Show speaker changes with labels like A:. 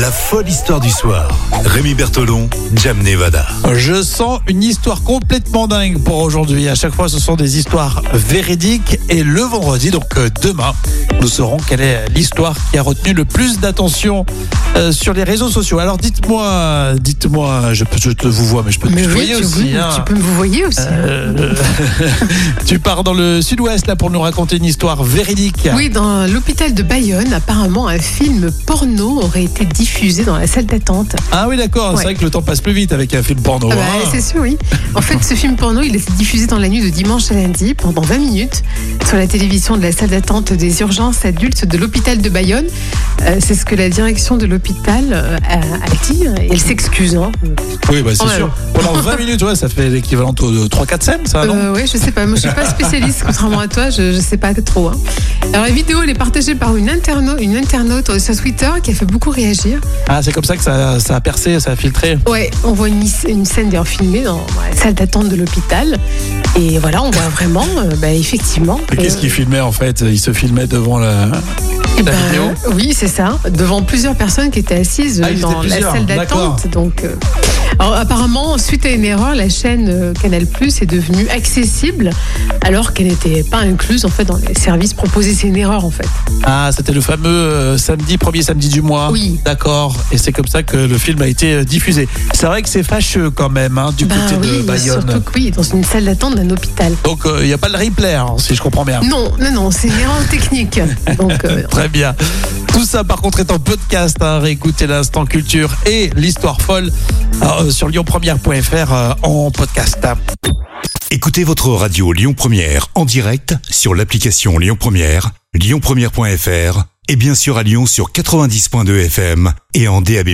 A: La folle histoire du soir. Rémi Bertolon, Jam Nevada.
B: Je sens une histoire complètement dingue pour aujourd'hui. À chaque fois, ce sont des histoires véridiques. Et le vendredi, donc euh, demain, nous saurons quelle est l'histoire qui a retenu le plus d'attention euh, sur les réseaux sociaux. Alors dites-moi, dites-moi, je, peux- je te vous vois, mais je peux te
C: Mais oui,
B: tutoyer
C: tu,
B: aussi.
C: oui,
B: hein.
C: tu peux me vous voyez aussi.
B: Euh, tu pars dans le sud-ouest là pour nous raconter une histoire véridique.
C: Oui, dans l'hôpital de Bayonne, apparemment un film porno aurait été diffusé dans la salle d'attente.
B: Ah oui, d'accord, c'est
C: Ouais.
B: vrai que le temps passe plus vite avec un film porno.
C: Ah bah,
B: hein.
C: c'est sûr, oui. En fait, ce film porno, il a été diffusé dans la nuit de dimanche à lundi pendant 20 minutes sur la télévision de la salle d'attente des urgences adultes de l'hôpital de Bayonne. Euh, c'est ce que la direction de l'hôpital euh, a, a dit. Elle s'excuse. Hein.
B: Oui, bah, c'est
C: Oh là
B: sûr. Pendant 20 minutes, ouais, ça fait l'équivalent de 3-4 scènes, ça, non
C: Euh, ouais, je sais pas. Moi, je suis pas spécialiste, contrairement à toi. Je, je sais pas trop. hein. Alors, la vidéo, elle est partagée par une, internaute, une internaute euh, sur Twitter qui a fait beaucoup réagir.
B: Ah, c'est comme ça que ça, ça a percé, ça a filtré.
C: Ouais, on voit une, mis- une scène d'ailleurs filmée dans la salle d'attente de l'hôpital. Et voilà, on voit vraiment, euh, bah, effectivement.
B: Mais qu'est-ce
C: euh,
B: qu'il filmait en fait Il se filmait devant la,
C: eh
B: la
C: ben,
B: vidéo
C: Oui, c'est ça. Devant plusieurs personnes qui étaient assises
B: Ah, ils
C: euh,
B: étaient
C: dans la
B: plusieurs,
C: salle
B: d'accord.
C: d'attente. Donc, euh, alors, apparemment, suite à une erreur, la chaîne euh, Canal+ est devenue accessible alors qu'elle n'était pas incluse en fait dans les services proposés. C'est une erreur en fait.
B: Ah, c'était le fameux euh, samedi, premier samedi du mois.
C: Oui.
B: D'accord. Et c'est comme ça que le film a été euh, diffusé. C'est vrai que c'est fâcheux quand même, hein, du
C: Ben
B: côté de
C: oui,
B: Bayonne.
C: surtout que oui, dans une salle d'attente d'un hôpital.
B: Donc euh, il n'y a pas le replay, hein, si je comprends bien.
C: Non, non, non, c'est une erreur technique. Donc, euh,
B: Très bien. Tout ça, par contre, est en podcast. Hein. Réécoutez l'instant culture et l'histoire folle euh, sur lyonpremière.fr euh, en podcast.
A: Écoutez votre radio Lyon Première en direct sur l'application Lyon Première, lyonpremière.fr et bien sûr à Lyon sur 90.2 FM et en DAB+.